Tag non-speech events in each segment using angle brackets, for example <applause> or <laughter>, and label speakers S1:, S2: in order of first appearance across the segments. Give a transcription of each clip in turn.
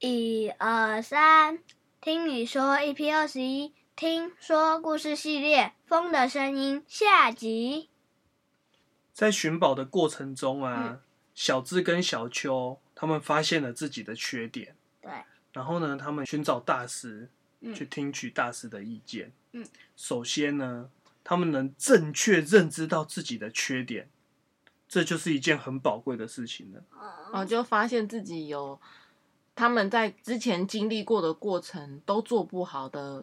S1: 一二三，听你说 EP 二十一，听说故事系列《风的声音》下集。
S2: 在寻宝的过程中啊，
S1: 嗯
S2: 小智跟小秋他们发现了自己的缺点，
S1: 对，
S2: 然后呢，他们寻找大师，
S1: 嗯
S2: 去听取大师的意见。
S1: 嗯，
S2: 首先呢，他们能正确认知到自己的缺点，这就是一件很宝贵的事情了。
S3: 然
S2: 嗯
S3: 后
S1: 哦，
S3: 就发现自己有他们在之前经历过的过程都做不好的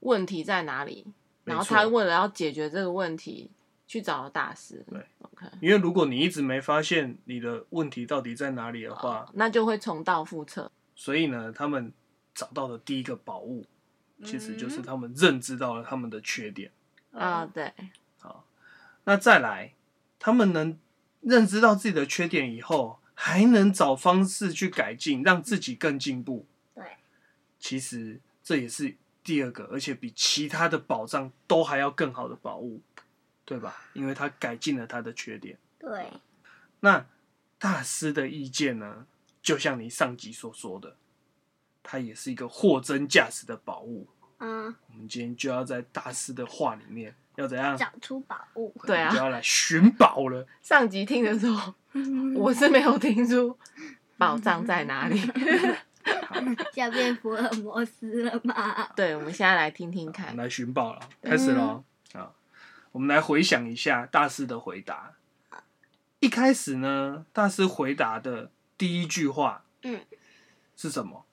S3: 问题在哪里，
S2: 没
S3: 然后
S2: 错
S3: 他为了要解决这个问题去找了大师。
S2: 对
S3: ，OK，
S1: 嗯
S2: 因为如果你一直没发现你的问题到底在哪里的话，
S1: 哦
S3: 那就会重蹈覆辙。
S2: 所以呢，他们找到的第一个宝物，其实就是
S1: 嗯
S2: 他们认知到了他们的缺点。
S3: 啊、
S2: 嗯
S1: 哦
S3: 对，
S2: 那再来，他们能认知到自己的缺点以后，还能找方式去改进，让自己更进步。
S1: 对，
S2: 其实这也是第二个，而且比其他的宝藏都还要更好的宝物，对吧？因为他改进了他的缺点。
S1: 对，
S2: 那大师的意见呢，就像你上集所说的，它也是一个货真价实的宝物。
S1: 嗯，
S2: 我们今天就要在大师的话里面要怎样？
S1: 找出宝物。
S3: 嗯对啊
S1: <laughs>
S2: 我们就要来寻宝了。
S3: 上集听的时候
S1: <laughs>
S3: 我是没有听出宝藏在
S2: <laughs>
S3: 哪里。
S1: 要变福尔摩斯了吗？
S3: 对，我们现在来听听
S2: 我
S3: 看
S2: <laughs> 们。来寻宝了，开始喽！
S1: 嗯
S2: 啊，我们来回想一下大师的回答。一开始呢，大师回答的第一句话，
S1: 嗯，
S2: 是什么？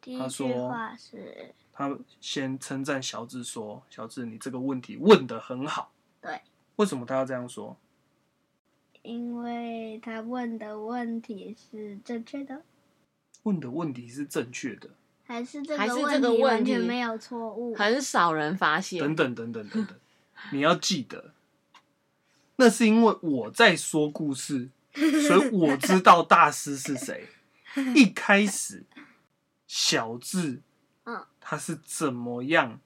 S1: 第一
S2: 他
S1: 句
S2: 说
S1: 话是
S2: 他先称赞小智说：“小智，你这个问题问得很好。”
S1: 对，
S2: 为什么他要这样说？
S1: 因为他问的问题是正确的，
S2: 问的问题是正确的，
S1: 还是这
S3: 还
S1: 个
S3: 是这
S1: 问
S3: 个
S1: 题
S3: 问
S1: 完全
S3: 题
S1: 没有错误？
S3: 很少人发
S2: 等
S3: 现，
S2: 等等等等等，你要记得，那是因为我在说故事，所以我知道大师是谁。一开始，小智，
S1: 嗯，
S2: 他是怎么样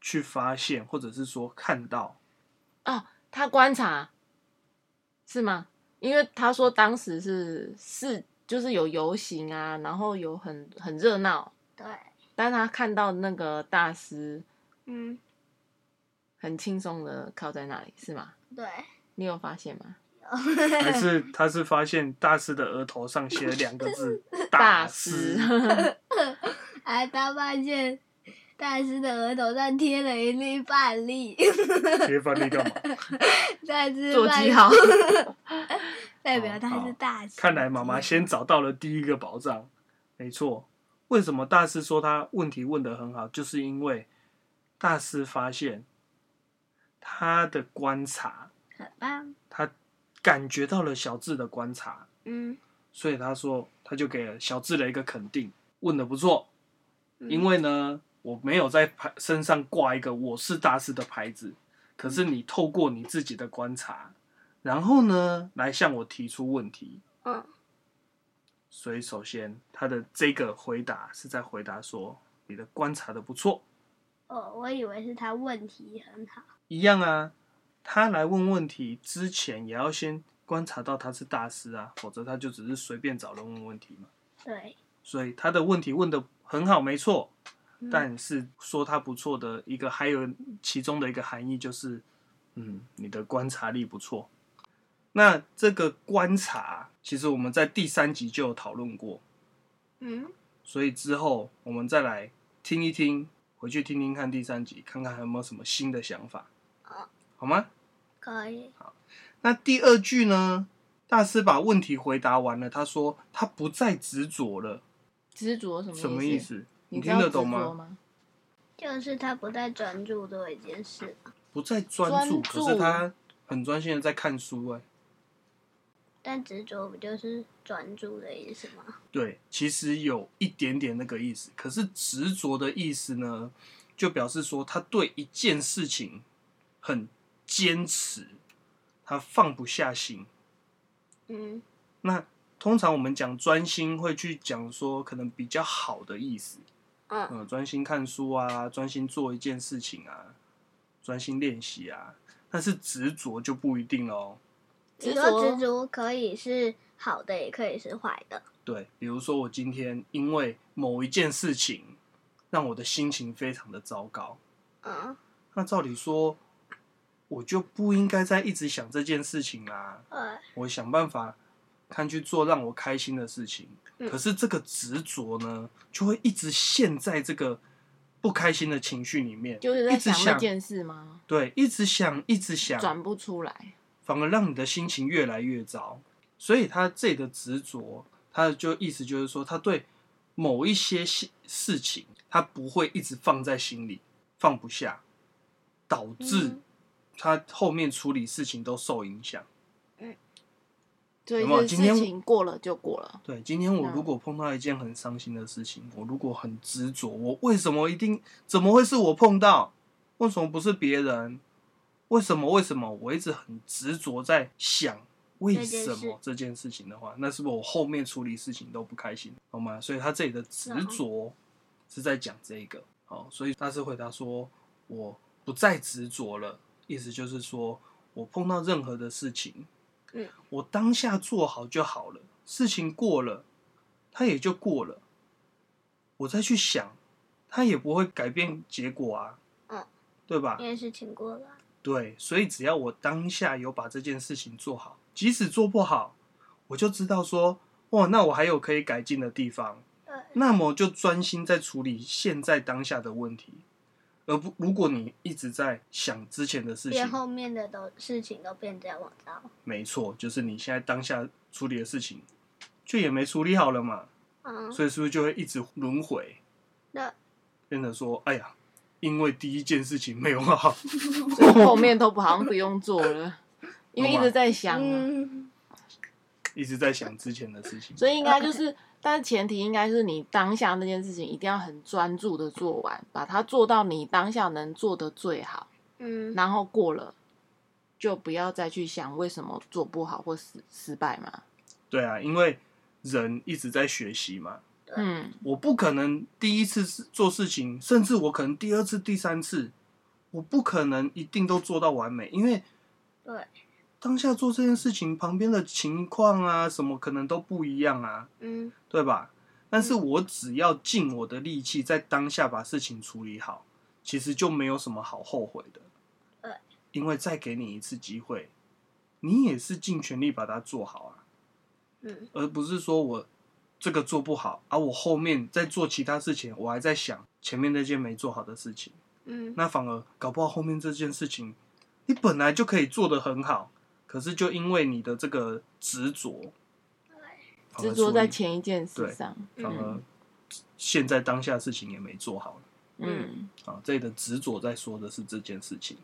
S2: 去发现，或者是说看到？
S3: 哦他观察是吗？因为他说当时是是就是有游行啊，然后有很很热闹，
S1: 对，
S3: 但他看到那个大师
S1: 嗯，
S3: 很轻松的靠在那里，是吗？
S1: 对，
S3: 你有发现吗？
S2: 还是他是发现大师的额头上写了两个
S3: <laughs>
S2: 字“
S3: 大
S2: 师”，
S3: 师，
S1: 还他发现大师的额头上贴了一粒饭粒，
S2: 直接翻译干嘛？
S1: 大师
S3: <laughs> 做
S1: 饭
S3: 记号，
S1: 代表他是大师。
S2: 哦看来妈妈先找到了第一个宝藏，没错。为什么大师说他问题问得很好，就是因为大师发现他的观察，
S1: 很棒，
S2: 他感觉到了小智的观察，
S1: 嗯，
S2: 所以他说他就给了小智了一个肯定，问的不错。
S1: 嗯
S2: 因为呢，我没有在牌身上挂一个我是大师的牌子，可是你透过你自己的观察，然后呢来向我提出问题，
S1: 嗯，
S2: 所以首先他的这个回答是在回答说你的观察的不错，
S1: 哦，我以为是他问题很好，
S2: 一样啊。他来问问题之前，也要先观察到他是大师啊，否则他就只是随便找人问问题嘛。
S1: 对，
S2: 所以他的问题问的很好，没错。
S1: 嗯
S2: 但是说他不错的一个，还有其中的一个含义就是，嗯，你的观察力不错。那这个观察，其实我们在第三集就有讨论过，
S1: 嗯，
S2: 所以之后我们再来听一听，回去听听看第三集，看看还有没有什么新的想法，好吗？
S1: 可以，
S2: 那第二句呢？大师把问题回答完了，他说他不再执着了，
S3: 执着什么
S2: 什么意？思？你
S3: 你知
S2: 听
S3: 道
S2: 得懂
S3: 执
S2: 吗？
S3: 着吗？
S1: 就是他不再专注做一件事，
S2: 不再专注，
S3: 专注
S2: 可是他很专心的在看书、哎，
S1: 但执着不就是专注的意思吗？
S2: 对，其实有一点点那个意思。可是执着的意思呢，就表示说他对一件事情很坚持，他放不下心。
S1: 嗯，
S2: 那通常我们讲专心，会去讲说可能比较好的意思，
S1: 嗯，
S2: 嗯，专心看书啊，专心做一件事情啊，专心练习啊。但是执着就不一定哦。
S1: 你
S3: 执
S1: 说执
S3: 着
S1: 着可以是好的，也可以是坏的，
S2: 对，比如说我今天因为某一件事情，让我的心情非常的糟糕，
S1: 嗯
S2: 那照理说，我就不应该再一直想这件事情啦、
S1: 呃
S2: 我想办法看去做让我开心的事情。
S1: 嗯
S2: 可是这个执着呢，就会一直陷在这个不开心的情绪里面，
S3: 就是
S2: 一
S3: 在
S2: 直
S3: 想那
S2: 想，
S3: 件事吗？
S2: 对，一直想，一直想，
S3: 转不出来，
S2: 反而让你的心情越来越糟。所以他这里的执着，他就意思就是说，他对某一些事事情，他不会一直放在心里，放不下，导致
S1: 嗯
S2: 他后面处理事情都受影响。
S3: 所以
S2: 有没有
S3: 这
S2: 今天
S3: 事情过了就过了，
S2: 对，今天我
S3: 嗯
S2: 如果碰到一件很伤心的事情，我如果很执着，我为什么一定怎么会是我碰到？为什么不是别人？为什么？为什么？我一直很执着在想为什
S1: 这件
S2: 么
S1: 事
S2: 这件事情的话，那是不是我后面处理事情都不开心，好吗？所以他这里的执
S1: 嗯
S2: 着是在讲这个，好，所以他是回答说我不再执着了，意思就是说我碰到任何的事情，
S1: 嗯，
S2: 我当下做好就好了，事情过了，它也就过了，我再去想，它也不会改变结果啊，
S1: 嗯，
S2: 对吧？
S1: 因为事情过了，
S2: 对，所以只要我当下有把这件事情做好，即使做不好，我就知道说，哇，那我还有可以改进的地方
S1: 对。
S2: 那么就专心在处理现在当下的问题，而不如果你一直在想之前的事情
S1: 连，后面的都事情都变这样往糟，
S2: 没错，就是你现在当下处理的事情，就也没处理好了嘛，
S1: 嗯，
S2: 所以是不是就会一直轮回，
S1: 那
S2: 变成说，哎呀，因为第一件事情没有好，
S3: 所以
S2: <laughs>
S3: 后面都不好像不用做了，因为一直在想啊、
S1: 嗯
S2: 一直在想之前的事情，
S3: 所以应该就是，但是前提应该是你当下那件事情一定要很专注的做完，把它做到你当下能做的最好，
S1: 嗯
S3: 然后过了就不要再去想为什么做不好或失失败嘛。嗯
S2: 对啊，因为人一直在学习嘛，
S3: 嗯，
S2: 我不可能第一次做事情，甚至我可能第二次、第三次，我不可能一定都做到完美，因为
S1: 对
S2: 当下做这件事情，旁边的情况啊，什么可能都不一样啊，
S1: 嗯
S2: 对吧？但是我只要尽我的力气，在当下把事情处理好，其实就没有什么好后悔的。
S1: 对，
S2: 因为再给你一次机会，你也是尽全力把它做好啊。
S1: 嗯
S2: 而不是说我这个做不好，啊而、我后面在做其他事情，我还在想前面那件没做好的事情，
S1: 嗯
S2: 那反而搞不好后面这件事情，你本来就可以做得很好，可是就因为你的这个执着，
S3: 执着在
S2: 前，
S3: 前一件事上。
S2: 反而
S3: 嗯
S2: 现在当下事情也没做好
S3: 嗯，
S2: 啊，这里的执着在说的是这件事情。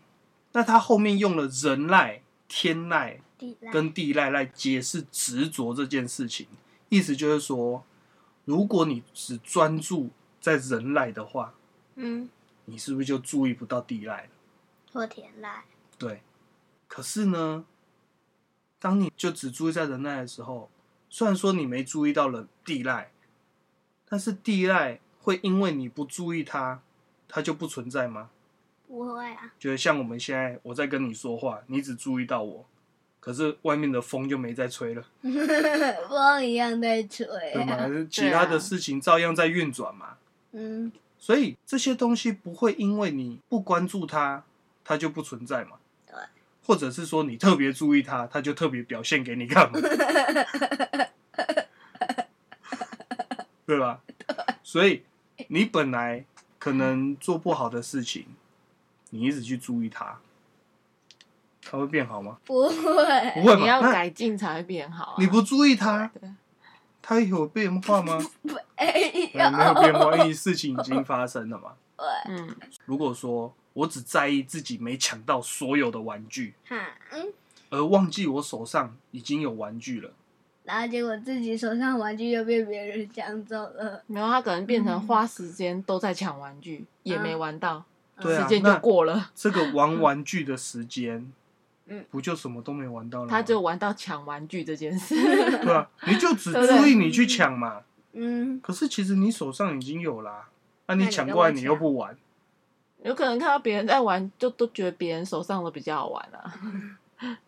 S2: 那他后面用了人赖、天赖、
S1: 地赖
S2: 跟地赖来解释执着这件事情，意思就是说，如果你只专注在人赖的话，
S1: 嗯
S2: 你是不是就注意不到地赖了？
S1: 或田赖，
S2: 对。可是呢，当你就只注意在人赖的时候，虽然说你没注意到人地赖，但是地赖会因为你不注意它，它就不存在吗？
S1: 不会啊，
S2: 就是像我们现在我在跟你说话，你只注意到我，可是外面的风就没在吹了。
S1: 风一样在吹
S2: 对
S1: 啊，
S2: 嘛？其他
S3: 对啊
S2: 的事情照样在运转嘛。
S1: 嗯
S2: 所以这些东西不会因为你不关注它，它就不存在嘛。
S1: 对。
S2: 或者是说你特别注意它，它就特别表现给你看嘛。对吧？所以你本来可能做不好的事情，你一直去注意它，它会变好吗？
S1: 不
S2: 不
S1: 会，
S2: 会嘛？
S3: 你要
S2: 那
S3: 改进才会变好、啊。
S2: 你不注意它
S3: 对，
S2: 它有变化
S3: <laughs>
S2: 吗？
S1: 哎
S2: 哎没有
S1: 呦，
S2: 变化，因为事情已经发生了嘛。
S3: 嗯，
S2: 如果说我只在意自己没抢到所有的玩具，
S1: 哈嗯，
S2: 而忘记我手上已经有玩具了，
S1: 然后结果自己手上玩具又被别人抢走了，
S3: 然后他可能变
S2: 嗯
S3: 成花时间都在抢玩具，也没玩到，
S2: 对啊
S3: 时间就
S2: 那
S3: 过了，
S2: 这个玩玩具的时间，
S1: 嗯
S2: 不就什么都没玩到了吗？
S3: 他就玩到抢玩具这
S2: <laughs>
S3: 件事。
S1: <laughs>
S2: 对啊，你就只
S3: 对不
S2: 注
S3: 对
S2: 意你去抢嘛。
S1: 嗯，
S2: 可是其实你手上已经有啦，
S1: 那
S2: 那你
S1: 你
S2: 抢
S1: 干
S2: 过来
S1: 嘛
S2: 你又
S1: 抢
S2: 不玩，
S3: 有可能看到别人在玩，就都觉得别人手上的比较好玩啊。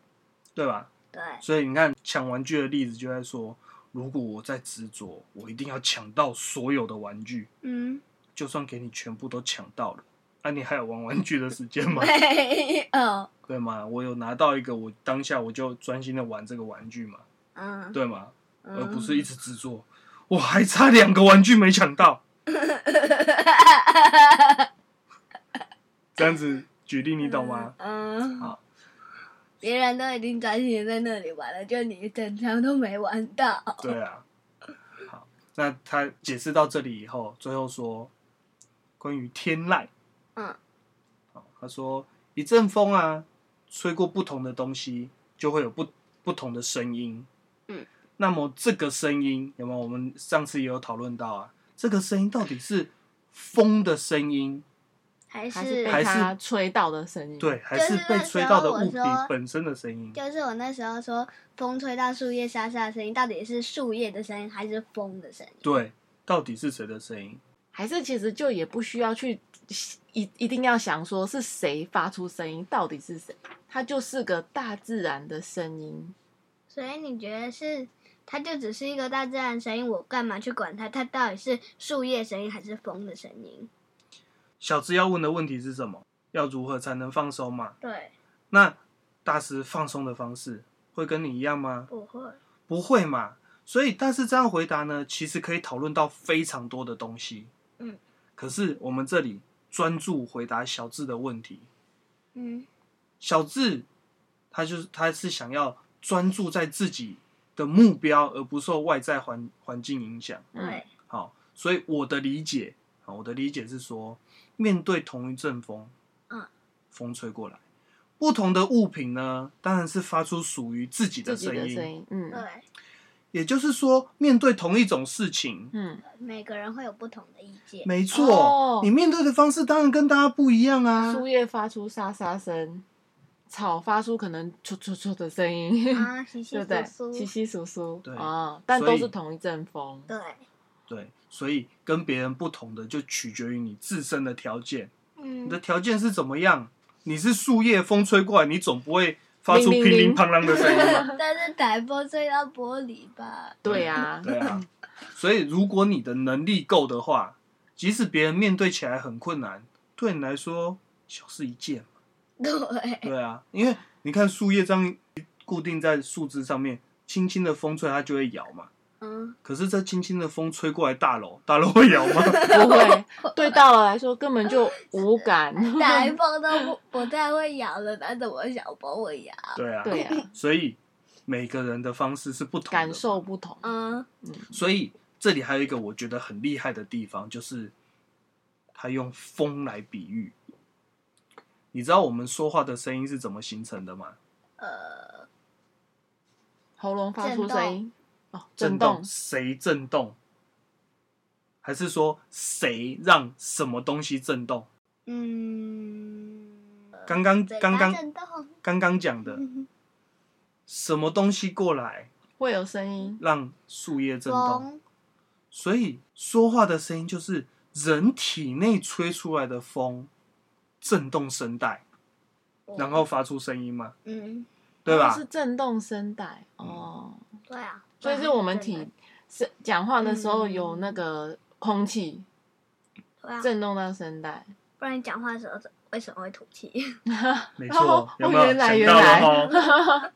S2: 对吧？
S1: 对，
S2: 所以你看抢玩具的例子就在说，如果我在执着，我一定要抢到所有的玩具，
S1: 嗯，
S2: 就算给你全部都抢到了，那、你还有玩玩具的时间
S1: <laughs>
S2: 吗？
S1: 没有，
S2: 对吗？我有拿到一个，我当下我就专心的玩这个玩具嘛，
S1: 嗯，
S2: 对吗？
S1: 嗯
S2: 而不是一直执着，我还差两个玩具没抢到。这样子举例，你懂吗？
S1: 嗯，
S2: 好，
S1: 别人都已经专心地在那里玩了，就你整场都没玩到。
S2: 对啊。好，那他解释到这里以后，最后说关于天籁，
S1: 嗯，
S2: 好，他说一阵风啊，吹过不同的东西，就会有不不同的声音。
S1: 嗯，
S2: 那么这个声音有没有？我们上次也有讨论到啊，这个声音到底是风的声音，
S1: 还
S3: 还是
S1: 是
S3: 被
S2: 还
S3: 它吹到的声音。，
S2: 对，还
S1: 就是
S2: 是被
S1: 那
S2: 吹
S1: 时
S2: 到
S1: 候
S2: 的
S1: 我
S2: 物体
S1: 说
S2: 本身的声音？
S1: 就是我那时候说风吹到树叶沙沙的声音，到底是树叶的声音还是风的声音？
S2: 对，到底是谁的声音？
S3: 还是其实就也不需要去一一定要想说是谁发出声音，到底是谁，它就是个大自然的声音。
S1: 所以你觉得是它就只是一个大自然声音，我干嘛去管它？它到底是树叶声音还是风的声音？
S2: 小智要问的问题是什么？要如何才能放松嘛？
S1: 对，
S2: 那大师放松的方式会跟你一样吗？
S1: 不会。
S2: 不会嘛。所以大师这样回答呢，其实可以讨论到非常多的东西。
S1: 嗯，
S2: 可是我们这里专注回答小智的问题。
S1: 嗯
S2: 小智他就是他是想要专注在自己的目标，而不受外在环环境影响。
S3: 嗯
S1: 对，
S2: 好，所以我的理解啊，我的理解是说，面对同一阵风，
S1: 嗯，
S2: 风吹过来，不同的物品呢，当然是发出属于自己
S3: 自
S2: 的
S3: 己
S2: 声
S3: 的
S2: 音。
S3: 声音，嗯
S1: 对，
S2: 也就是说，面对同一种事情，
S3: 嗯，
S1: 每个人会有不同的意见。
S2: 没错，
S3: 哦
S2: 你面对的方式当然跟大家不一样啊。
S3: 树叶发出沙沙声，草发出可能唰唰唰的声音， <laughs>
S1: 啊，稀稀
S3: 对不对
S1: 疏？疏。
S3: 稀稀疏疏，
S2: 对
S3: 啊，但
S2: 所以
S3: 都是同一阵风，
S1: 对，
S2: 对，所以跟别人不同的就取决于你自身的条件，你的
S1: 嗯，
S2: 条件是怎么样？你是树叶，风吹过来，你总不会发出
S3: 叮
S2: 乒
S3: 铃
S2: 铃
S3: 铃
S2: 乓啷的声音吧？
S1: 但是台风吹到玻璃吧？
S3: 对 <laughs> 呀，
S2: 对啊，所以如果你的能力够的话，即使别人面对起来很困难，对你来说小事一件嘛。
S3: 哎
S1: 对，
S2: 对啊，因为你看树叶这样固定在树枝上面，轻轻的风吹它就会摇嘛。
S1: 嗯，
S2: 可是这轻轻的风吹过来大楼，大楼会摇
S3: <laughs>
S2: 吗？
S3: 不会，对大了来说根本就
S1: <laughs>
S3: 无感， <laughs>
S1: 台风都不不太会摇了，那怎么小风会摇？
S2: 对啊，
S3: 对呀，
S2: 所以每个人的方式是不同的嘛
S3: 感受。不同，
S1: 嗯，
S2: 所以这里还有一个我觉得很厉害的地方，就是他用风来比喻。你知道我们说话的声音是怎么形成的吗？
S1: 呃，
S3: 喉咙发出声音，哦，
S2: 震
S3: 震
S2: 动，
S3: 动，
S2: 谁震动？还是说谁让什么东西震动？
S1: 嗯，
S2: 刚刚
S1: 嘴巴
S2: 刚呃刚
S1: 震动，嗯
S2: 刚刚讲的，什么东西过来
S3: 会有声音，
S2: 让树叶震动？
S1: 风，
S2: 所以说话的声音就是人体内吹出来的风震动声带，然后发出声音嘛，
S1: 嗯，
S2: 对吧？嗯
S3: 哦是震动声带，哦，
S1: 对啊，
S3: 所以是我们体是讲话的时候
S1: 嗯
S3: 有那个空气
S1: 对啊，
S3: 震动到声带。
S1: 不然你讲话的时候为什么会吐气？ <laughs>
S2: 没
S3: 哦
S2: 错，有没有
S3: 哦原来
S2: 想到
S3: 原来
S2: 了
S3: <laughs>
S2: 哦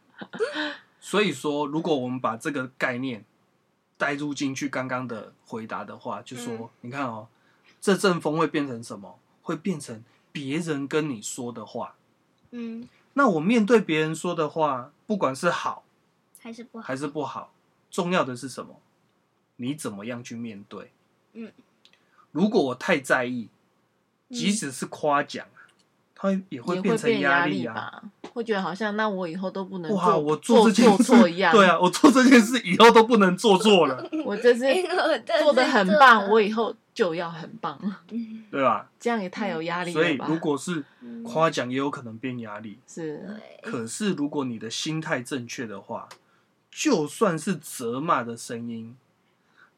S2: 所以说，如果我们把这个概念带入进去刚刚的回答的话，就说、
S1: 嗯
S2: 你看哦，这阵风会变成什么？会变成别人跟你说的话。
S1: 嗯，
S2: 那我面对别人说的话，不管是好
S1: 还是不好？
S2: 还是不好，重要的是什么？你怎么样去面对？
S1: 嗯，
S2: 如果我太在意，
S1: 嗯
S2: 即使是夸奖，啊它也会
S3: 也会
S2: 变成
S3: 变压
S2: 力啊。
S3: 吧，会觉得好像那我以后都不能
S2: 哇，
S3: 做
S2: 我
S3: 做
S2: 这件事
S3: 做错一
S2: <laughs>
S3: 样，
S2: 对，啊，我做这件事以后都不能做错
S3: <laughs>
S2: 了，
S3: 我这次
S1: 因为我这次
S3: 做的很棒，
S1: 做
S3: 我以后就要很棒，
S1: 嗯
S2: 对吧？
S3: 这样也太有压力
S2: 所以
S3: 了吧？
S2: 如果是
S1: 嗯
S2: 夸奖，也有可能变压力。
S3: 是
S1: 对，
S2: 可是如果你的心态正确的话，就算是责骂的声音，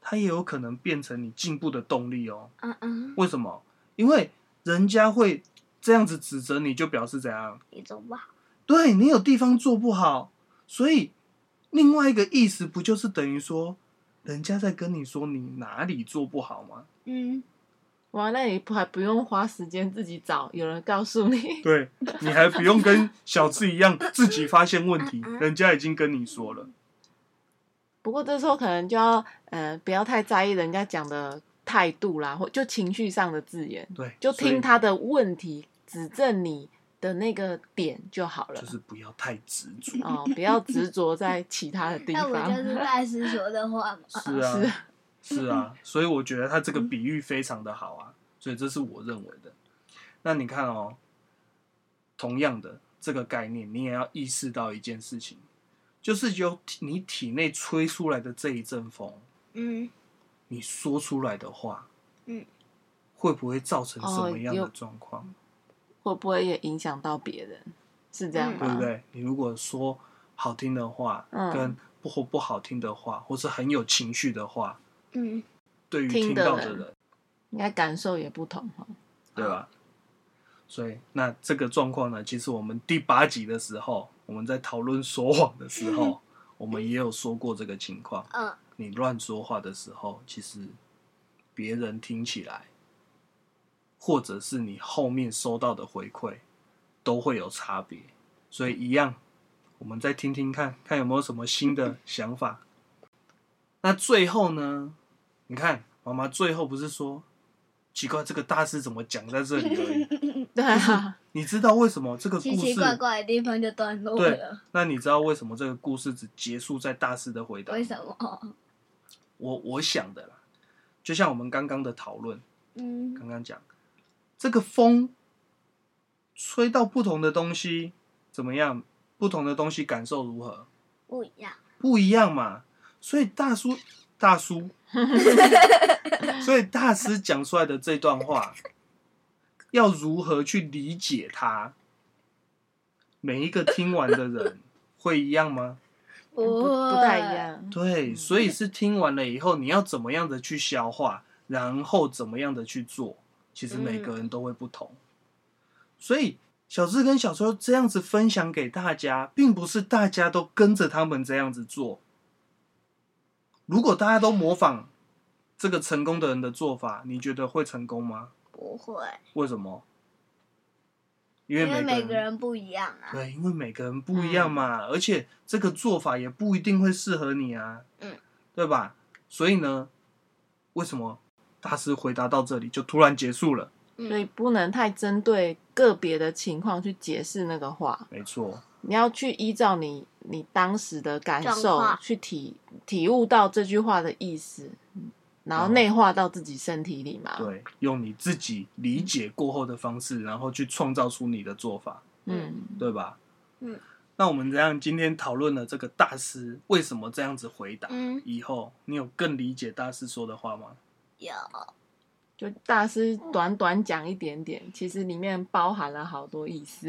S2: 它也有可能变成你进步的动力哦。
S1: 嗯嗯，
S2: 为什么？因为人家会这样子指责你，就表示怎样？
S1: 你做不好，
S2: 对你有地方做不好，所以另外一个意思不就是等于说人家在跟你说你哪里做不好吗？
S1: 嗯，
S3: 哇，那你不还不用花时间自己找，有人告诉你， <laughs>
S2: 对，你还不用跟小智一样自己发现问题，
S3: 嗯
S2: 人家已经跟你说了。
S3: 不过这时候可能就要呃不要太在意人家讲的态度啦，或就情绪上的字眼，
S2: 对，
S3: 就
S2: 所以
S3: 听他的问题，指正你的那个点就好了。
S2: 就是不要太执着。
S3: 哦，不要执着在其他的地
S1: 那我就
S3: 方。
S2: <laughs>
S1: 是拜师说的话嘛。
S2: 是啊，
S3: <laughs>
S2: 是啊，所以我觉得他这个
S3: 嗯
S2: 比喻非常的好啊，所以这是我认为的。那你看哦，同样的这个概念，你也要意识到一件事情，就是由你体内吹出来的这一阵风，
S1: 嗯
S2: 你说出来的话，
S1: 嗯，
S2: 会不会造成什么样
S3: 哦
S2: 的
S3: 有
S2: 状况，
S3: 会不会也影响到别人？是这样
S1: 嗯
S2: 对
S3: 吗？
S2: 不对？你如果说好听的话，
S3: 嗯
S2: 跟不或不好听的话，或是很有情绪的话，
S1: 嗯，
S2: 对于
S3: 听
S2: 听
S3: 的
S2: 到的
S3: 人
S2: 人，
S3: 应该感受也不同哈。 <laughs>
S2: 对吧？所以那这个状况呢，其实我们第八集的时候，我们在讨论说谎的时候，我们也有说过这个情况。
S1: 嗯，
S2: 你乱说话的时候，其实别人听起来，或者是你后面收到的回馈，都会有差别。所以一样，我们再听听看看有没有什么
S1: <laughs>
S2: 新的想法。那最后呢？你看妈妈最后不是说，奇怪，这个大师怎么讲在这里而
S1: <laughs>
S2: 已？
S3: 对啊，
S2: 你知道为什么这个故
S1: 奇奇
S2: 事？
S1: 怪怪的地方就段落
S2: 对
S1: 了，，
S2: 那你知道为什么这个故事只结束在大师的回答吗？
S1: 为什么？
S2: 我我想的啦，就像我们刚刚的讨论，
S1: 嗯
S2: 刚刚讲这个风吹到不同的东西怎么样，不同的东西感受如何，
S1: 不一样。
S2: 不一样嘛。所以大叔大叔， <laughs> 所以大师讲出来的这段话，要如何去理解它？每一个听完的人会一样吗？
S1: 不
S3: 不不太一。样。
S2: 对，所以是听完了以后，你要怎么样的去消化，然后怎么样的去做，其实每个人都会不同。所以小智跟小秋这样子分享给大家，并不是大家都跟着他们这样子做。如果大家都模仿这个成功的人的做法，你觉得会成功吗？
S1: 不会，
S2: 为什么？因
S1: 因
S2: 为
S1: 为
S2: 每
S1: 每
S2: 个
S1: 个
S2: 人
S1: 人不一样啊。
S2: 对，因为每个人不一
S1: 嗯
S2: 样嘛，而且这个做法也不一定会适合你啊，
S1: 嗯，
S2: 对吧？所以呢，为什么大师回答到这里就突然结束了？
S1: 嗯
S3: 所以不能太针对个别的情况去解释那个话，
S2: 没错，
S3: 你要去依照你你当时的感
S1: 状
S3: 受
S1: 况
S3: 去体体悟到这句话的意思，嗯然后
S2: 嗯
S3: 内化到自己身体里嘛。，
S2: 对，用你自己
S1: 嗯
S2: 理解过后的方式，然后去创造出你的做法，
S3: 嗯，
S2: 对吧？
S1: 嗯，
S2: 那我们这样今天讨论了这个大师为什么这样子回答，
S1: 嗯，
S2: 以后你有更理解大师说的话吗？
S1: 有
S3: 就大师短短讲一点点，其实里面包含了好多
S1: <laughs>
S3: 意思。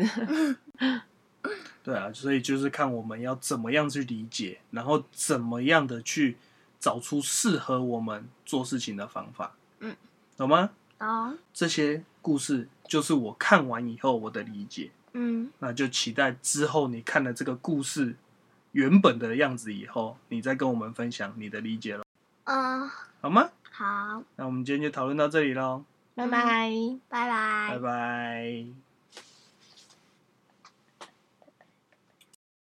S3: <laughs>
S2: 对啊，所以就是看我们要怎么样去理解，然后怎么样的去找出适合我们做事情的方法。
S1: 嗯，
S2: 懂吗？
S1: 哦，
S2: 这些故事就是我看完以后我的理解，
S1: 嗯
S2: 那就期待之后你看了这个故事原本的样子以后，你再跟我们分享你的理解了，
S1: 嗯，
S2: 好吗？
S1: 好，嗯
S2: 那我们今天就讨论到这里喽，
S3: 拜拜。
S1: 拜拜
S2: 拜拜